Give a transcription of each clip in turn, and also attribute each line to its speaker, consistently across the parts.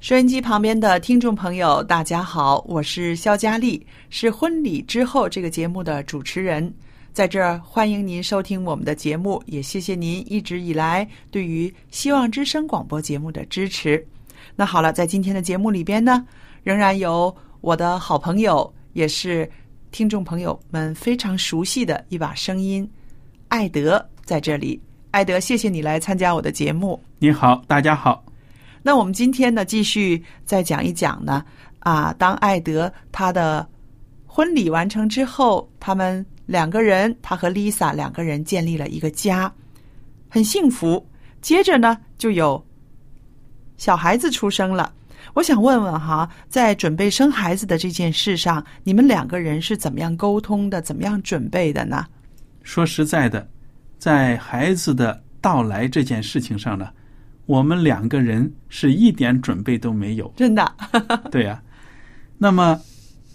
Speaker 1: 收音机旁边的听众朋友，大家好，我是肖佳丽，是《婚礼之后》这个节目的主持人。在这儿欢迎您收听我们的节目，也谢谢您一直以来对于希望之声广播节目的支持。那好了，在今天的节目里边呢，仍然有我的好朋友，也是听众朋友们非常熟悉的一把声音，艾德在这里。艾德，谢谢你来参加我的节目。
Speaker 2: 你好，大家好。
Speaker 1: 那我们今天呢，继续再讲一讲呢，啊，当艾德他的婚礼完成之后，他们两个人，他和 Lisa 两个人建立了一个家，很幸福。接着呢，就有小孩子出生了。我想问问哈，在准备生孩子的这件事上，你们两个人是怎么样沟通的，怎么样准备的呢？
Speaker 2: 说实在的，在孩子的到来这件事情上呢，我们两个人是一点准备都没有。
Speaker 1: 真的，
Speaker 2: 对呀、那么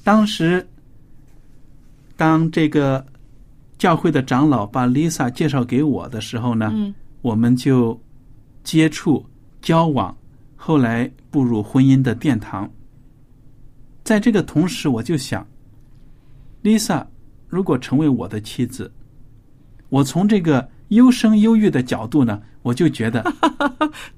Speaker 2: 当时，当这个教会的长老把 Lisa 介绍给我的时候呢，
Speaker 1: 嗯
Speaker 2: 我们就接触、交往，后来步入婚姻的殿堂。在这个同时，我就想，Lisa 如果成为我的妻子，我从这个优生优育的角度呢，我就觉得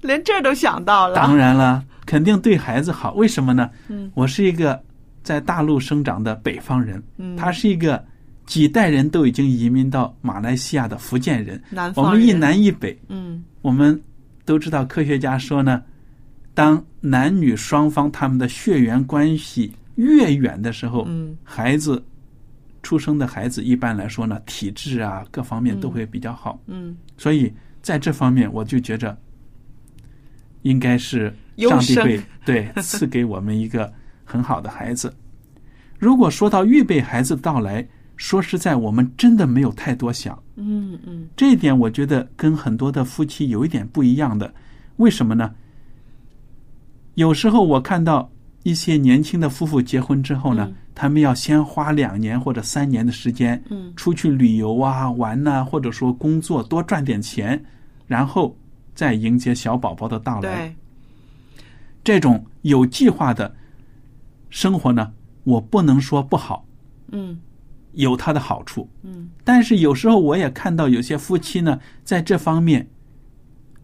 Speaker 1: 连这儿都想到了。
Speaker 2: 当然了，肯定对孩子好。为什么呢？我是一个在大陆生长的北方人，
Speaker 1: 嗯
Speaker 2: 他是一个几代人都已经移民到马来西亚的福建人。
Speaker 1: 南
Speaker 2: 我
Speaker 1: 方
Speaker 2: 们一
Speaker 1: 人，
Speaker 2: 南一北，
Speaker 1: 嗯
Speaker 2: 我们都知道科学家说呢，当男女双方他们的血缘关系越远的时候，
Speaker 1: 嗯
Speaker 2: 孩子出生的孩子一般来说呢，体质啊各方面都会比较好。
Speaker 1: 嗯，
Speaker 2: 所以在这方面，我就觉着应该是
Speaker 1: 优
Speaker 2: 上帝
Speaker 1: 生
Speaker 2: 会 对赐给我们一个很好的孩子。如果说到预备孩子的到来，说实在，我们真的没有太多想。
Speaker 1: 嗯嗯
Speaker 2: 这一点我觉得跟很多的夫妻有一点不一样的，为什么呢？有时候我看到一些年轻的夫妇结婚之后呢，他们要先花两年或者三年的时间，
Speaker 1: 嗯
Speaker 2: 出去旅游啊、玩呐、或者说工作多赚点钱，然后再迎接小宝宝的到来。
Speaker 1: 对，
Speaker 2: 这种有计划的生活呢，我不能说不好，
Speaker 1: 嗯
Speaker 2: 有它的好处。
Speaker 1: 嗯
Speaker 2: 但是有时候我也看到有些夫妻呢，在这方面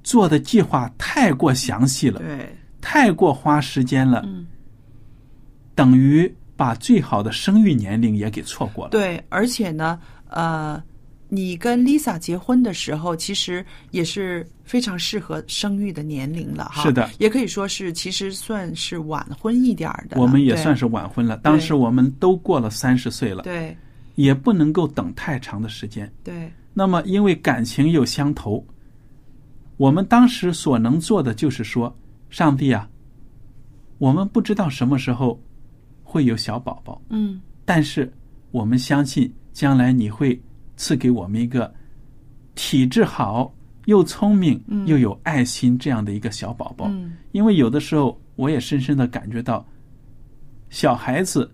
Speaker 2: 做的计划太过详细了，
Speaker 1: 对，
Speaker 2: 太过花时间了，
Speaker 1: 嗯
Speaker 2: 等于把最好的生育年龄也给错过了。
Speaker 1: 对，而且呢，呃，你跟 Lisa 结婚的时候，其实也是非常适合生育的年龄了哈。
Speaker 2: 是的，
Speaker 1: 也可以说是其实算是晚婚一点儿的了。
Speaker 2: 我们也
Speaker 1: 对
Speaker 2: 算是晚婚了，当时我们都过了三十岁了，
Speaker 1: 对
Speaker 2: 也不能够等太长的时间。
Speaker 1: 对，
Speaker 2: 那么，因为感情又相投，我们当时所能做的就是说，上帝啊，我们不知道什么时候会有小宝宝，
Speaker 1: 嗯
Speaker 2: 但是我们相信将来你会赐给我们一个体质好、又聪明
Speaker 1: 嗯
Speaker 2: 又有爱心这样的一个小宝宝。
Speaker 1: 嗯
Speaker 2: 因为有的时候我也深深的感觉到，小孩子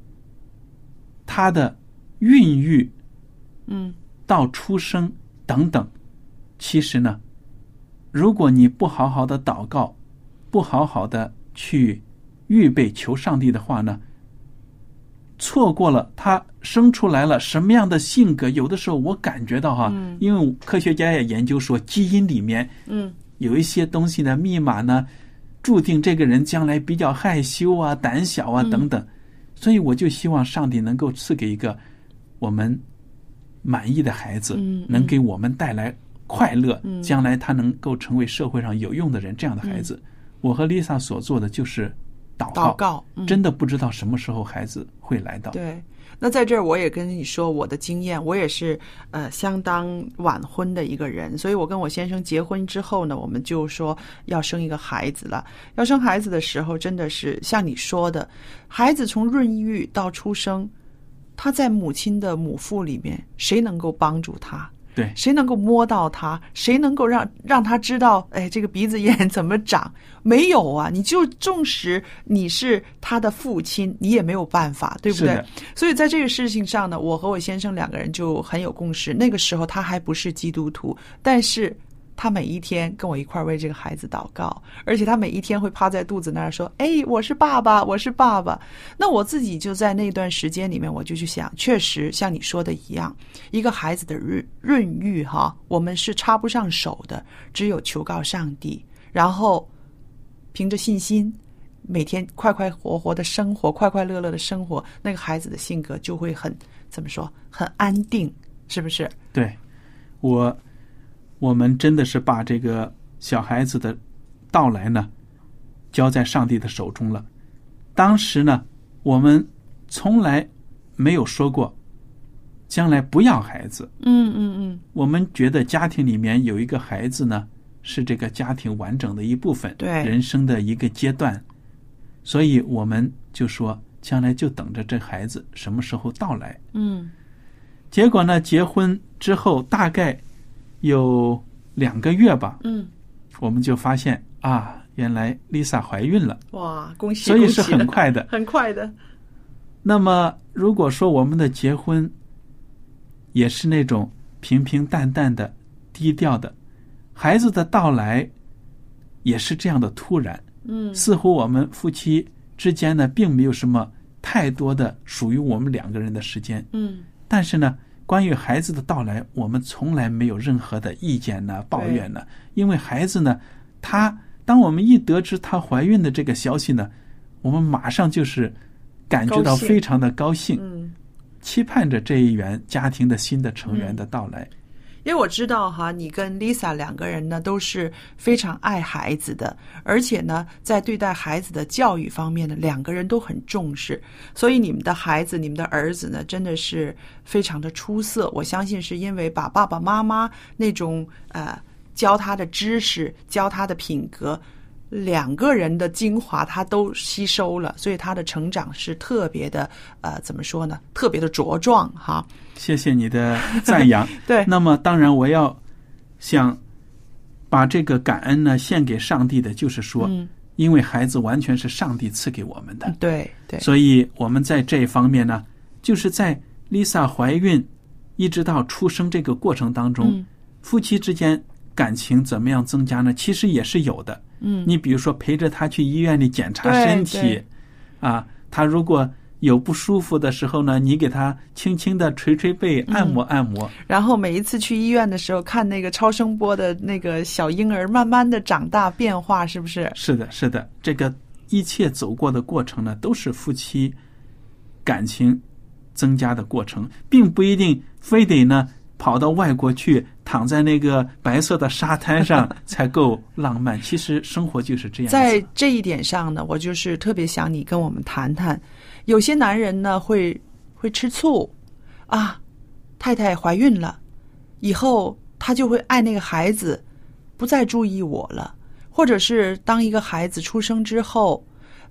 Speaker 2: 他的孕育
Speaker 1: 嗯
Speaker 2: 到出生等等，其实呢，如果你不好好的祷告，不好好的去预备求上帝的话呢，错过了他生出来了什么样的性格，有的时候我感觉到哈、因为科学家也研究说，基因里面
Speaker 1: 嗯
Speaker 2: 有一些东西的密码呢，注定这个人将来比较害羞啊、胆小
Speaker 1: 嗯
Speaker 2: 啊等等。所以我就希望上帝能够赐给一个我们满意的孩子，
Speaker 1: 嗯嗯
Speaker 2: 能给我们带来快乐，
Speaker 1: 嗯
Speaker 2: 将来他能够成为社会上有用的人。这样的孩子，我和 Lisa 所做的就是祷告，
Speaker 1: 嗯祷告嗯
Speaker 2: 真的不知道什么时候孩子会来到。
Speaker 1: 对。那在这儿我也跟你说我的经验，我也是呃相当晚婚的一个人，所以我跟我先生结婚之后呢，我们就说要生一个孩子了。要生孩子的时候，真的是像你说的，孩子从孕育到出生，他在母亲的母腹里面，谁能够帮助他？
Speaker 2: 对
Speaker 1: 谁能够摸到它？谁能够让让他知道，哎，这个鼻子眼怎么长？没有啊！你就纵使你是他的父亲，你也没有办法，对不
Speaker 2: 是
Speaker 1: 对
Speaker 2: 的？
Speaker 1: 所以在这个事情上呢，我和我先生两个人就很有共识。那个时候他还不是基督徒，但是。他每一天跟我一块儿为这个孩子祷告，而且他每一天会趴在肚子那儿说：“哎，我是爸爸，我是爸爸。”那我自己就在那段时间里面，我就去想，确实像你说的一样，一个孩子的孕孕育哈，我们是插不上手的，只有求告上帝，然后凭着信心，每天快快活活的生活，快快乐乐的生活，那个孩子的性格就会很怎么说，很安定，是不是？
Speaker 2: 对，我我们真的是把这个小孩子的到来呢，交在上帝的手中了。当时呢，我们从来没有说过将来不要孩子，
Speaker 1: 嗯嗯嗯，
Speaker 2: 我们觉得家庭里面有一个孩子呢，是这个家庭完整的一部分，
Speaker 1: 对
Speaker 2: 人生的一个阶段，所以我们就说将来就等着这孩子什么时候到来。
Speaker 1: 嗯
Speaker 2: 结果呢，结婚之后大概有两个月吧，
Speaker 1: 嗯，
Speaker 2: 我们就发现啊，原来 Lisa 怀孕了，
Speaker 1: 哇，恭喜
Speaker 2: 所以
Speaker 1: 恭
Speaker 2: 是
Speaker 1: 喜，
Speaker 2: 很快的。
Speaker 1: 很快的，
Speaker 2: 那么，如果说我们的结婚也是那种平平淡淡的、低调的，孩子的到来也是这样的突然，
Speaker 1: 嗯
Speaker 2: 似乎我们夫妻之间呢，并没有什么太多的属于我们两个人的时间。
Speaker 1: 嗯，
Speaker 2: 但是呢，关于孩子的到来，我们从来没有任何的意见呢、抱怨呢，因为孩子呢，他当我们一得知她怀孕的这个消息呢，我们马上就是感觉到
Speaker 1: 高兴
Speaker 2: 非常的高兴，
Speaker 1: 嗯。
Speaker 2: 期盼着这一员家庭的新的成员的到来。
Speaker 1: 因为我知道哈，你跟 Lisa 两个人呢都是非常爱孩子的，而且呢，在对待孩子的教育方面呢，两个人都很重视，所以你们的孩子，你们的儿子呢，真的是非常的出色。我相信是因为把爸爸妈妈那种呃教他的知识、教他的品格，两个人的精华他都吸收了，所以他的成长是特别的呃，怎么说呢？特别的茁壮哈。
Speaker 2: 谢谢你的赞扬。
Speaker 1: 对，
Speaker 2: 那么，当然我要想把这个感恩呢献给上帝的，就是说，
Speaker 1: 嗯，
Speaker 2: 因为孩子完全是上帝赐给我们的。
Speaker 1: 对对，
Speaker 2: 所以我们在这一方面呢，就是在 Lisa 怀孕一直到出生这个过程当中，
Speaker 1: 嗯
Speaker 2: 夫妻之间感情怎么样增加呢？其实也是有的。
Speaker 1: 嗯。
Speaker 2: 你比如说陪着她去医院里检查
Speaker 1: 对
Speaker 2: 身体
Speaker 1: 对，
Speaker 2: 啊，她如果有不舒服的时候呢，你给她轻轻的捶捶背，按摩
Speaker 1: 嗯
Speaker 2: 按摩。
Speaker 1: 然后每一次去医院的时候，看那个超声波的那个小婴儿慢慢的长大变化，是不是？
Speaker 2: 是的，是的，这个一切走过的过程呢，都是夫妻感情增加的过程，并不一定非得呢跑到外国去躺在那个白色的沙滩上才够浪漫。其实生活就是这样
Speaker 1: 在
Speaker 2: 子。
Speaker 1: 这一点上呢，我就是特别想你跟我们谈谈，有些男人呢会会吃醋啊，太太怀孕了，以后他就会爱那个孩子，不再注意我了，或者是当一个孩子出生之后，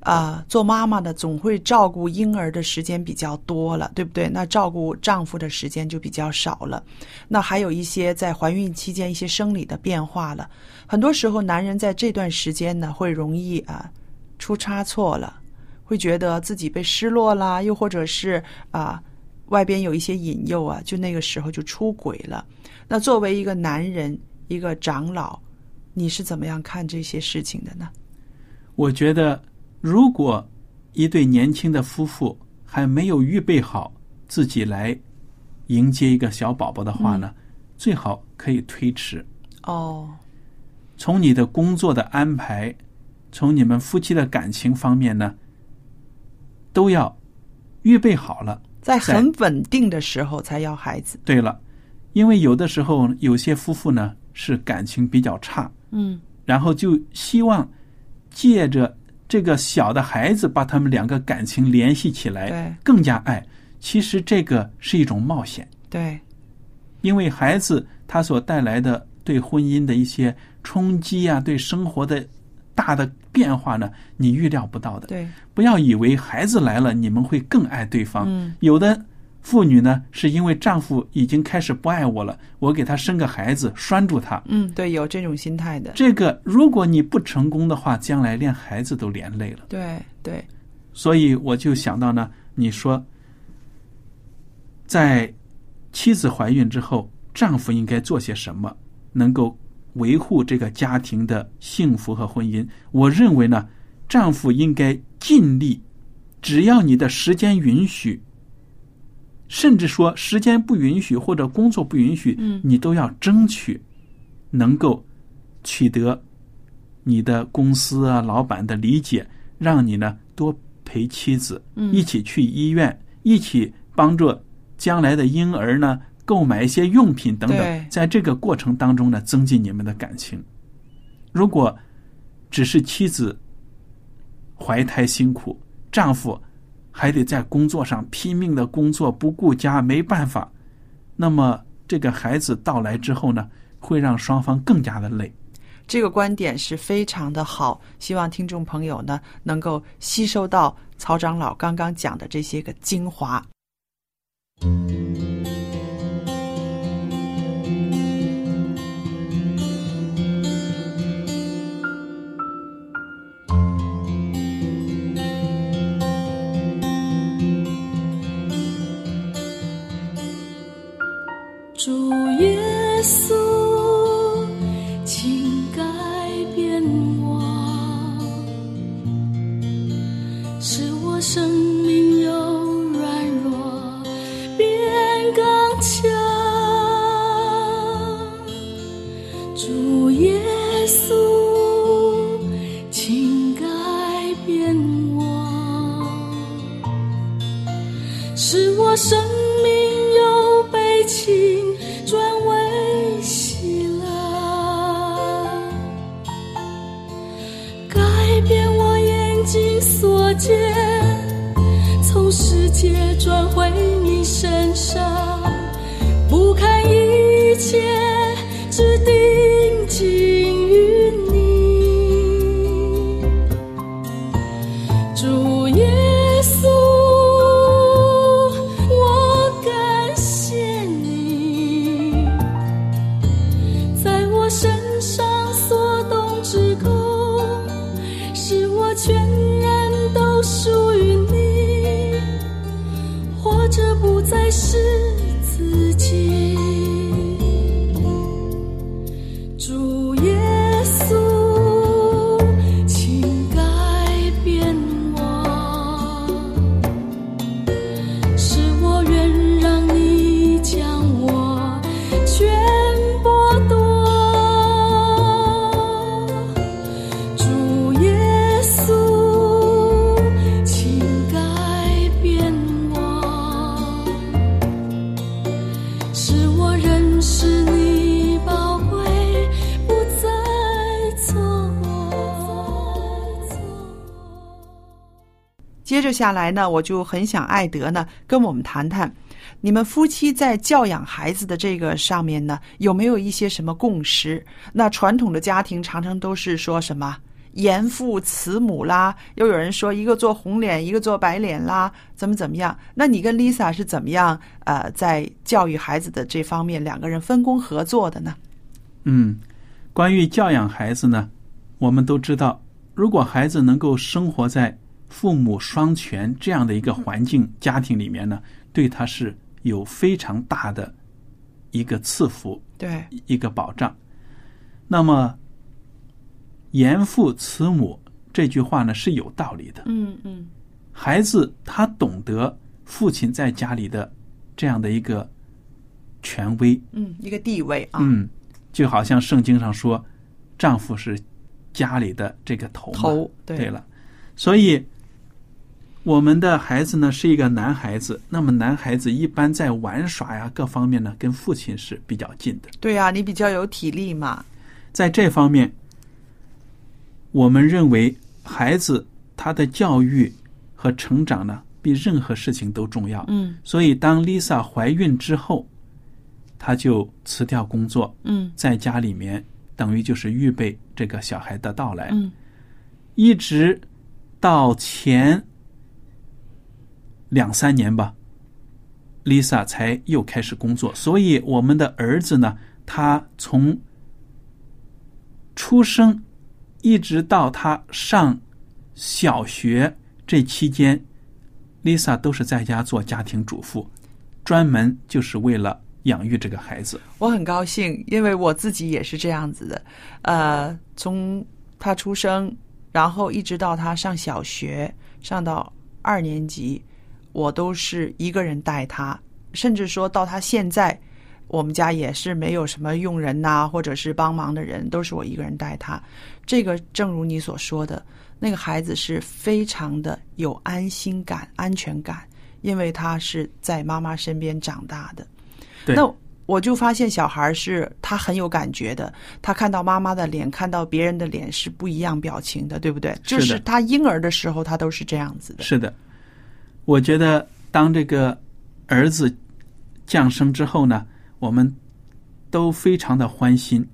Speaker 1: 啊、做妈妈的总会照顾婴儿的时间比较多了，对不对？那照顾丈夫的时间就比较少了。那还有一些在怀孕期间一些生理的变化了，很多时候男人在这段时间呢会容易啊出差错了，会觉得自己被失落啦，又或者是啊外边有一些引诱啊，就那个时候就出轨了。那作为一个男人，一个长老，你是怎么样看这些事情的呢？
Speaker 2: 我觉得，如果一对年轻的夫妇还没有预备好自己来迎接一个小宝宝的话呢，最好可以推迟。
Speaker 1: 哦，
Speaker 2: 从你的工作的安排，从你们夫妻的感情方面呢，都要预备好了。
Speaker 1: 在很稳定的时候才要孩子。
Speaker 2: 对了，因为有的时候有些夫妇呢是感情比较差，
Speaker 1: 嗯，
Speaker 2: 然后就希望借着这个小的孩子把他们两个感情联系起
Speaker 1: 对
Speaker 2: 来，更加爱。其实这个是一种冒险，
Speaker 1: 对，
Speaker 2: 因为孩子他所带来的对婚姻的一些冲击啊，对生活的大的变化呢，你预料不到的。
Speaker 1: 对，
Speaker 2: 不要以为孩子来了你们会更爱对方。
Speaker 1: 嗯
Speaker 2: 有的妇女呢，是因为丈夫已经开始不爱我了，我给他生个孩子拴住他。
Speaker 1: 嗯，对，有这种心态的。
Speaker 2: 这个如果你不成功的话，将来连孩子都连累了。
Speaker 1: 对对，
Speaker 2: 所以我就想到呢，你说，在妻子怀孕之后，丈夫应该做些什么，能够维护这个家庭的幸福和婚姻？我认为呢，丈夫应该尽力，只要你的时间允许，甚至说时间不允许或者工作不允许，
Speaker 1: 嗯
Speaker 2: 你都要争取能够取得你的公司啊、老板的理解，让你呢多陪妻子，
Speaker 1: 嗯
Speaker 2: 一起去医院，一起帮助将来的婴儿呢购买一些用品等
Speaker 1: 对
Speaker 2: 等，在这个过程当中呢，增进你们的感情。如果只是妻子怀胎辛苦，丈夫还得在工作上拼命的工作，不顾家，没办法。那么这个孩子到来之后呢，会让双方更加的累。
Speaker 1: 这个观点是非常的好，希望听众朋友呢能够吸收到曹长老刚刚讲的这些个精华。
Speaker 3: 主耶稣，请改变我，使我生命由软弱变刚强。主耶稣，请改变我。使我生命由悲情转为喜乐，改变我眼睛所见，从世界转回你身上，不看一切，只定睛于你。主耶稣，我感谢你，在我身上所动之功，使我全然都属于你，活着不再是自己。主耶稣，请改变我，使我愿让你将我全剥夺。主耶稣，请改变我。使我认识你宝贵，不再错过。
Speaker 1: 接着下来呢，我就很想艾德呢跟我们谈谈，你们夫妻在教养孩子的这个上面呢，有没有一些什么共识？那传统的家庭常常都是说什么严父慈母啦，又有人说一个做红脸，一个做白脸啦，怎么怎么样？那你跟 Lisa 是怎么样呃，在教育孩子的这方面，两个人分工合作的呢？
Speaker 2: 嗯，关于教养孩子呢，我们都知道，如果孩子能够生活在父母双全这样的一个环境家庭里面呢，对他是有非常大的一个赐福，
Speaker 1: 对，
Speaker 2: 一个保障。那么，严父慈母这句话呢是有道理的。
Speaker 1: 嗯嗯，
Speaker 2: 孩子他懂得父亲在家里的这样的一个权威，
Speaker 1: 嗯，一个地位啊，
Speaker 2: 嗯，就好像圣经上说，丈夫是家里的这个头嘛。
Speaker 1: 头对
Speaker 2: 对了，所以我们的孩子呢是一个男孩子，那么男孩子一般在玩耍呀各方面呢跟父亲是比较近的。
Speaker 1: 对啊呀、你比较有体力嘛，
Speaker 2: 在这方面，我们认为孩子他的教育和成长呢，比任何事情都重要。
Speaker 1: 嗯
Speaker 2: 所以，当 Lisa 怀孕之后，她就辞掉工作，
Speaker 1: 嗯
Speaker 2: 在家里面等于就是预备这个小孩的到来，
Speaker 1: 嗯
Speaker 2: 一直到前两三年吧，Lisa 才又开始工作。所以，我们的儿子呢，他从出生一直到他上小学这期间，Lisa 都是在家做家庭主妇，专门就是为了养育这个孩子。
Speaker 1: 我很高兴，因为我自己也是这样子的。呃，从他出生，然后一直到他上小学，上到二年级，我都是一个人带他，甚至说到他现在，我们家也是没有什么佣人呐、或者是帮忙的人，都是我一个人带他。这个正如你所说的，那个孩子是非常的有安心感、安全感，因为他是在妈妈身边长大的。
Speaker 2: 对，
Speaker 1: 那我就发现小孩儿是他很有感觉的，他看到妈妈的脸，看到别人的脸是不一样表情的，对不对？
Speaker 2: 是
Speaker 1: 就
Speaker 2: 的
Speaker 1: 是他婴儿的时候，他都是这样子的。
Speaker 2: 是的，我觉得当这个儿子降生之后呢，我们都非常的欢欣，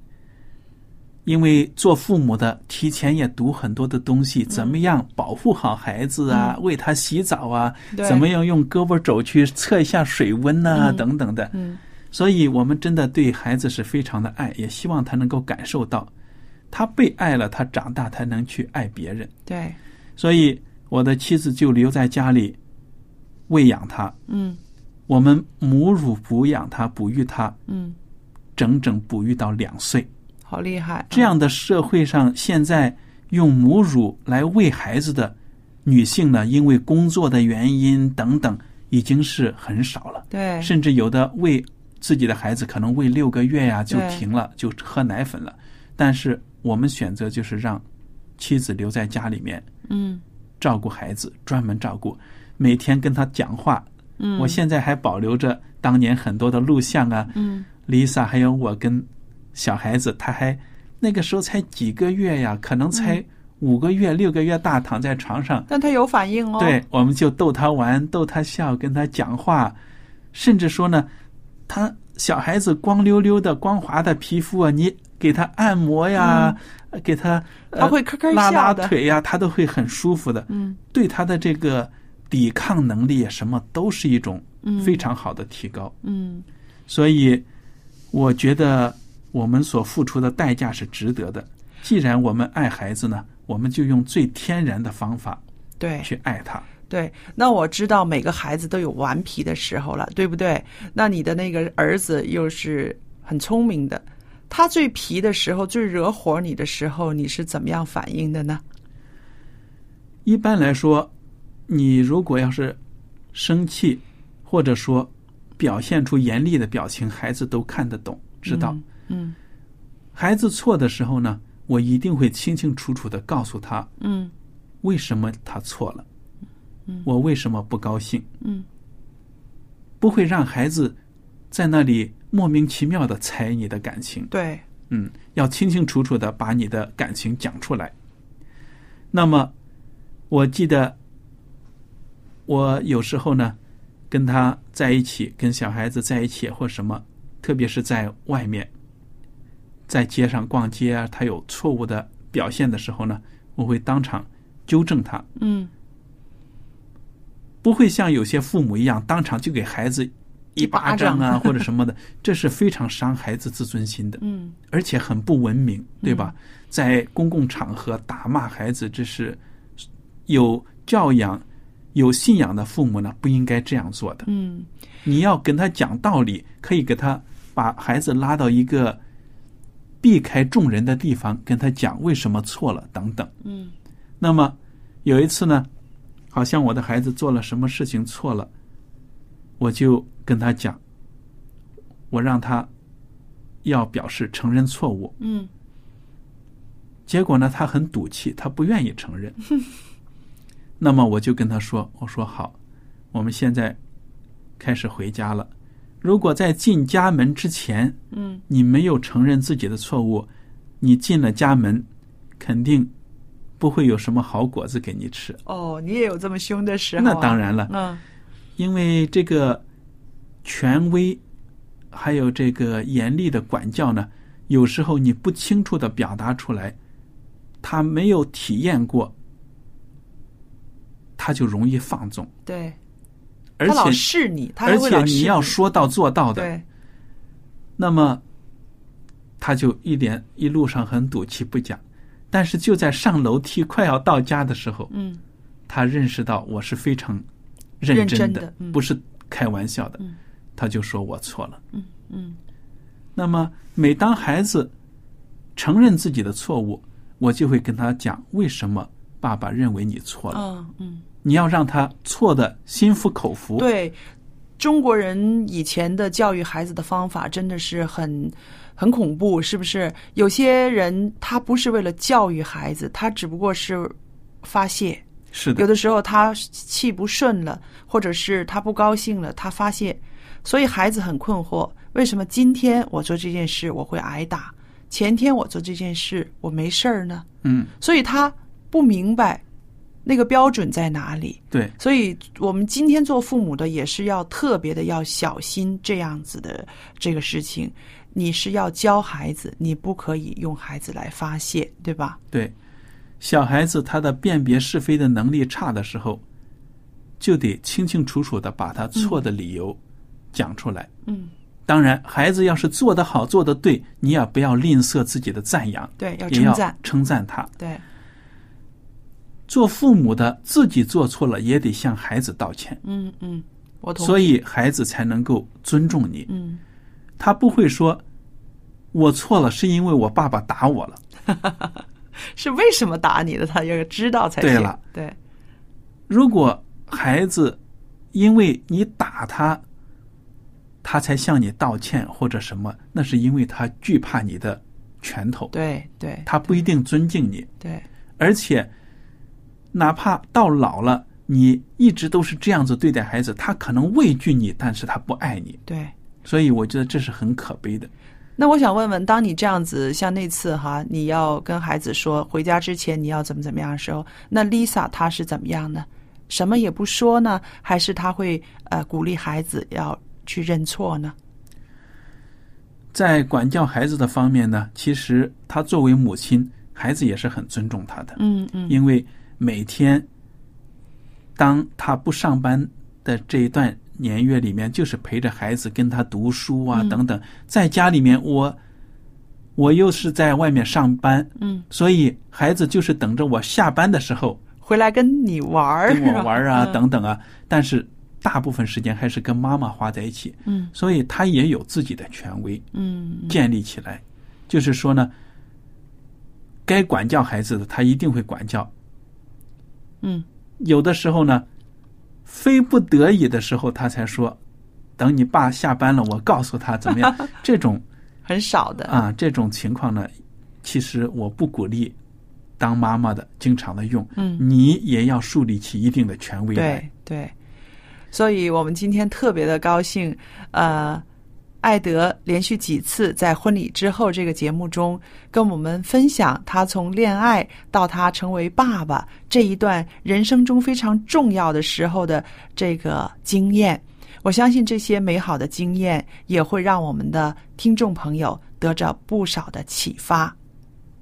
Speaker 2: 因为做父母的提前也读很多的东
Speaker 1: 嗯
Speaker 2: 西，怎么样保护好孩子啊，为他洗澡啊，
Speaker 1: 对
Speaker 2: 怎么样用胳膊肘去测一下水温呐、
Speaker 1: 嗯
Speaker 2: 等等的。
Speaker 1: 嗯
Speaker 2: 所以我们真的对孩子是非常的爱，也希望他能够感受到，他被爱了，他长大才能去爱别人。
Speaker 1: 对，
Speaker 2: 所以我的妻子就留在家里喂养他。
Speaker 1: 嗯
Speaker 2: 我们母乳哺养他，哺育他，
Speaker 1: 嗯，
Speaker 2: 整整哺育到两岁。
Speaker 1: 好厉害。
Speaker 2: 这样的社会上，现在用母乳来喂孩子的女性呢，因为工作的原因等等，已经是很少了。
Speaker 1: 对，
Speaker 2: 甚至有的喂自己的孩子，可能喂六个月呀、就
Speaker 1: 对
Speaker 2: 停了，就喝奶粉了。但是我们选择就是让妻子留在家里面，
Speaker 1: 嗯
Speaker 2: 照顾孩子，专门照顾，每天跟他讲话。
Speaker 1: 嗯，
Speaker 2: 我现在还保留着当年很多的录像啊
Speaker 1: 嗯
Speaker 2: ，Lisa 还有我跟小孩子，他还那个时候才几个月呀，可能
Speaker 1: 嗯
Speaker 2: 才五个月、六个月大，躺在床上，
Speaker 1: 但他有反应哦。
Speaker 2: 对，我们就逗他玩，逗他笑，跟他讲话，甚至说呢，他小孩子光溜溜的、光滑的皮肤啊，你给他按摩呀，呃给他、呃、
Speaker 1: 嗯他会咯咯
Speaker 2: 拉
Speaker 1: 笑
Speaker 2: 拉
Speaker 1: 的
Speaker 2: 腿呀，他都会很舒服的。
Speaker 1: 嗯
Speaker 2: 对他的这个抵抗能力啊什么都是一种
Speaker 1: 嗯
Speaker 2: 非常好的提高。
Speaker 1: 嗯
Speaker 2: 所以，我觉得我们所付出的代价是值得的。既然我们爱孩子呢，我们就用最天然的方法
Speaker 1: 对
Speaker 2: 去爱他。
Speaker 1: 对。那我知道每个孩子都有顽皮的时候了，对不对？那你的那个儿子又是很聪明的。他最皮的时候，最惹火你的时候，你是怎么样反应的呢？
Speaker 2: 一般来说，你如果要是生气，或者说表现出严厉的表情，孩子都看得懂，知道。
Speaker 1: 嗯
Speaker 2: 孩子错的时候呢，我一定会清清楚楚的告诉他
Speaker 1: 嗯
Speaker 2: 为什么他错了，我为什么不高兴，
Speaker 1: 嗯
Speaker 2: 不会让孩子在那里莫名其妙的猜你的感情，。
Speaker 1: 对，
Speaker 2: 嗯，要清清楚楚的把你的感情讲出来。那么，我记得我有时候呢，跟他在一起，跟小孩子在一起或什么，特别是在外面，在街上逛街啊，他有错误的表现的时候呢，我会当场纠正他，
Speaker 1: 嗯
Speaker 2: 不会像有些父母一样当场就给孩子一巴掌啊 或者什么的，这是非常伤孩子自尊心的，
Speaker 1: 嗯
Speaker 2: 而且很不文明，对吧？在公共场合打骂孩子，这是有教养、有信仰的父母呢不应该这样做的。
Speaker 1: 嗯
Speaker 2: 你要跟他讲道理，可以给他把孩子拉到一个避开众人的地方，跟他讲为什么错了等等。
Speaker 1: 嗯
Speaker 2: 那么有一次呢，好像我的孩子做了什么事情错了，我就跟他讲，我让他要表示承认错误。
Speaker 1: 嗯
Speaker 2: 结果呢，他很赌气，他不愿意承认。那么我就跟他说：“我说好，我们现在开始回家了。如果在进家门之前，
Speaker 1: 嗯，
Speaker 2: 你没有承认自己的错误，你进了家门，肯定不会有什么好果子给你吃。
Speaker 1: 哦，你也有这么凶的时候、
Speaker 2: 那当，然了，
Speaker 1: 嗯
Speaker 2: 因为这个权威还有这个严厉的管教呢，有时候你不清楚的表达出来，他没有体验过，他就容易放纵，
Speaker 1: 对，
Speaker 2: 而
Speaker 1: 他老
Speaker 2: 且
Speaker 1: 试你，他还
Speaker 2: 而
Speaker 1: 会
Speaker 2: 且
Speaker 1: 老试
Speaker 2: 你要说到做到的，
Speaker 1: 对，
Speaker 2: 那么他就一脸一路上很赌气不讲，但是就在上楼梯快要到家的时候，
Speaker 1: 嗯
Speaker 2: 他认识到我是非常认
Speaker 1: 认真
Speaker 2: 真的，
Speaker 1: 的嗯
Speaker 2: 不是开玩笑的，
Speaker 1: 嗯
Speaker 2: 他就说我错了。
Speaker 1: 嗯嗯
Speaker 2: 那么，每当孩子承认自己的错误，我就会跟他讲为什么爸爸认为你错了。
Speaker 1: 嗯嗯，
Speaker 2: 你要让他错的心服口服。，
Speaker 1: 对。中国人以前的教育孩子的方法真的是很很恐怖，是不是？有些人他不是为了教育孩子，他只不过是发泄，
Speaker 2: 是
Speaker 1: 有
Speaker 2: 的，
Speaker 1: 的时候他气不顺了，或者是他不高兴了，他发泄，所以孩子很困惑：为什么今天我做这件事我会挨打，前天我做这件事我没事儿呢？
Speaker 2: 嗯，
Speaker 1: 所以他不明白那个标准在哪里。
Speaker 2: 对，
Speaker 1: 所以我们今天做父母的也是要特别的要小心这样子的这个事情。你是要教孩子，你不可以用孩子来发泄，对吧？
Speaker 2: 对。小孩子他的辨别是非的能力差的时候，就得清清楚楚的把他错的理由讲出来。
Speaker 1: 嗯，
Speaker 2: 当然，孩子要是做得好、做得对，你也不要吝啬自己的赞扬，
Speaker 1: 对，要
Speaker 2: 也
Speaker 1: 称
Speaker 2: 要
Speaker 1: 赞，
Speaker 2: 称赞他。
Speaker 1: 对，
Speaker 2: 做父母的自己做错了，也得向孩子道歉，
Speaker 1: 嗯嗯，我同意。
Speaker 2: 所以孩子才能够尊重你。
Speaker 1: 嗯
Speaker 2: 他不会说“我错了，是因为我爸爸打我了”。，
Speaker 1: 是为什么打你的？他要知道才行。
Speaker 2: 对了，
Speaker 1: 对，
Speaker 2: 如果孩子因为你打他，他才向你道歉或者什么，那是因为他惧怕你的拳头，
Speaker 1: 对，对，
Speaker 2: 他不一定尊敬你。
Speaker 1: 对，
Speaker 2: 而且，哪怕到老了，你一直都是这样子对待孩子，他可能畏惧你，但是他不爱你。
Speaker 1: 对。
Speaker 2: 所以我觉得这是很可悲的。
Speaker 1: 那我想问问，当你这样子，像那次哈，你要跟孩子说回家之前你要怎么怎么样的时候，那 Lisa 她是怎么样呢？什么也不说呢，还是她会呃鼓励孩子要去认错呢？
Speaker 2: 在管教孩子的方面呢，其实她作为母亲，孩子也是很尊重她的，
Speaker 1: 嗯嗯
Speaker 2: 因为每天，当她不上班的这一段年月里面，就是陪着孩子跟他读书
Speaker 1: 嗯
Speaker 2: 啊、等等，在家里面我。我又是在外面上班，
Speaker 1: 嗯，
Speaker 2: 所以孩子就是等着我下班的时候
Speaker 1: 回来跟你玩儿，
Speaker 2: 跟我玩儿啊
Speaker 1: 是吧，嗯
Speaker 2: 等等啊。但是大部分时间还是跟妈妈花在一起，
Speaker 1: 嗯
Speaker 2: 所以他也有自己的权威
Speaker 1: 嗯
Speaker 2: 建立起来。就是说呢，该管教孩子的他一定会管教，
Speaker 1: 嗯
Speaker 2: 有的时候呢，非不得已的时候他才说，等你爸下班了，我告诉他怎么 样。这种
Speaker 1: 嗯， 很少的，
Speaker 2: 啊，这种情况呢，其实我不鼓励当妈妈的经常的用，
Speaker 1: 嗯
Speaker 2: 你也要树立起一定的权威来
Speaker 1: 对。对，所以我们今天特别的高兴，呃，艾德连续几次在婚礼之后这个节目中跟我们分享他从恋爱到他成为爸爸这一段人生中非常重要的时候的这个经验。我相信这些美好的经验也会让我们的听众朋友得着不少的启发。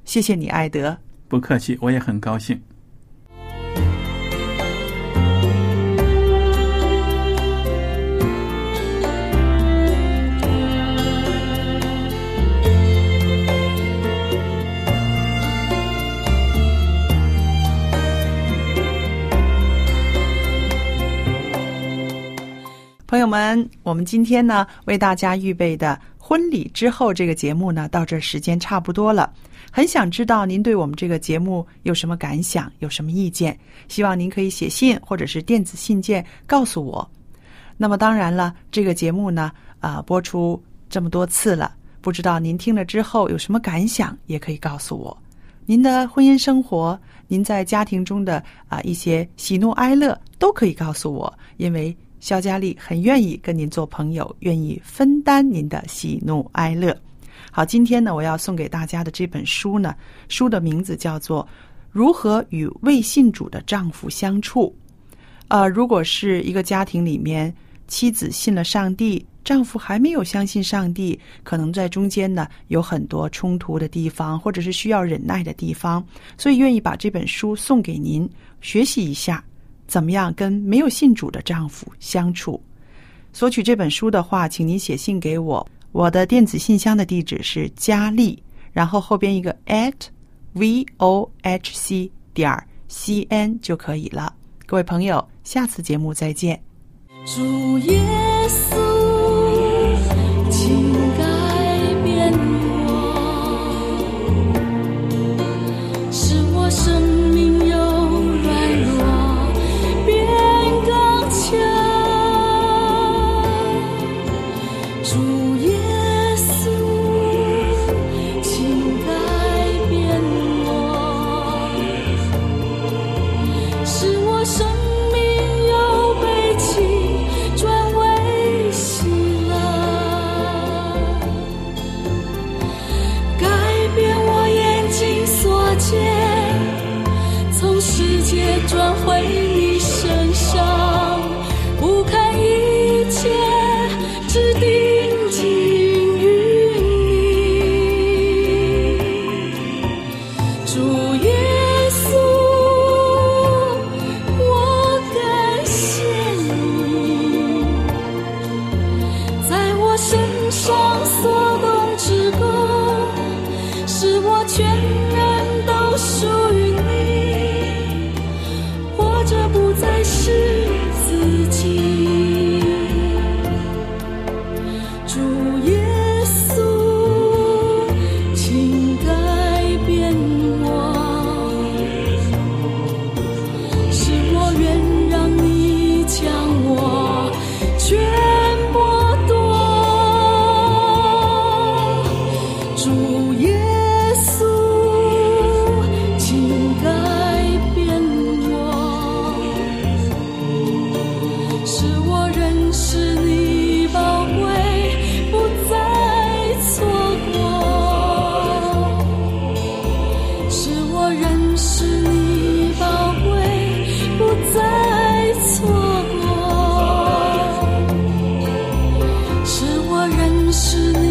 Speaker 1: 谢谢你，艾德。
Speaker 2: 不客气，我也很高兴。
Speaker 1: 朋友们，我们今天呢为大家预备的《婚礼之后》这个节目呢，到这儿时间差不多了。很想知道您对我们这个节目有什么感想，有什么意见？希望您可以写信或者是电子信件告诉我。那么当然了，这个节目呢，啊、播出这么多次了，不知道您听了之后有什么感想，也可以告诉我。您的婚姻生活，您在家庭中的啊、一些喜怒哀乐都可以告诉我，因为肖佳丽很愿意跟您做朋友，愿意分担您的喜怒哀乐。好，今天呢，我要送给大家的这本书呢，书的名字叫做《如何与未信主的丈夫相处》。呃，如果是一个家庭里面，妻子信了上帝，丈夫还没有相信上帝，可能在中间呢有很多冲突的地方，或者是需要忍耐的地方，所以愿意把这本书送给您，学习一下怎么样跟没有信主的丈夫相处。索取这本书的话，请您写信给我，我的电子信箱的地址是佳丽，然后后边一个 at v o h c 点儿 c n 就可以了。各位朋友，下次节目再见。
Speaker 3: 主耶稣，请改变我，使我生命由软弱变刚强。主耶稣，请改变我。使我生命由悲情转为喜乐，改变我眼睛所见，从世界转回你身上，不看一切，只定睛于你。主耶稣，我感谢你，在我身上所动之功，使我全然都属于你，活着不再是自己。主耶稣，请改变我，使我愿让你将我全剥夺。主耶稣，请改变我。使我认识你宝贵，不再错过；使我认识你宝贵，不再错过；使我认识你。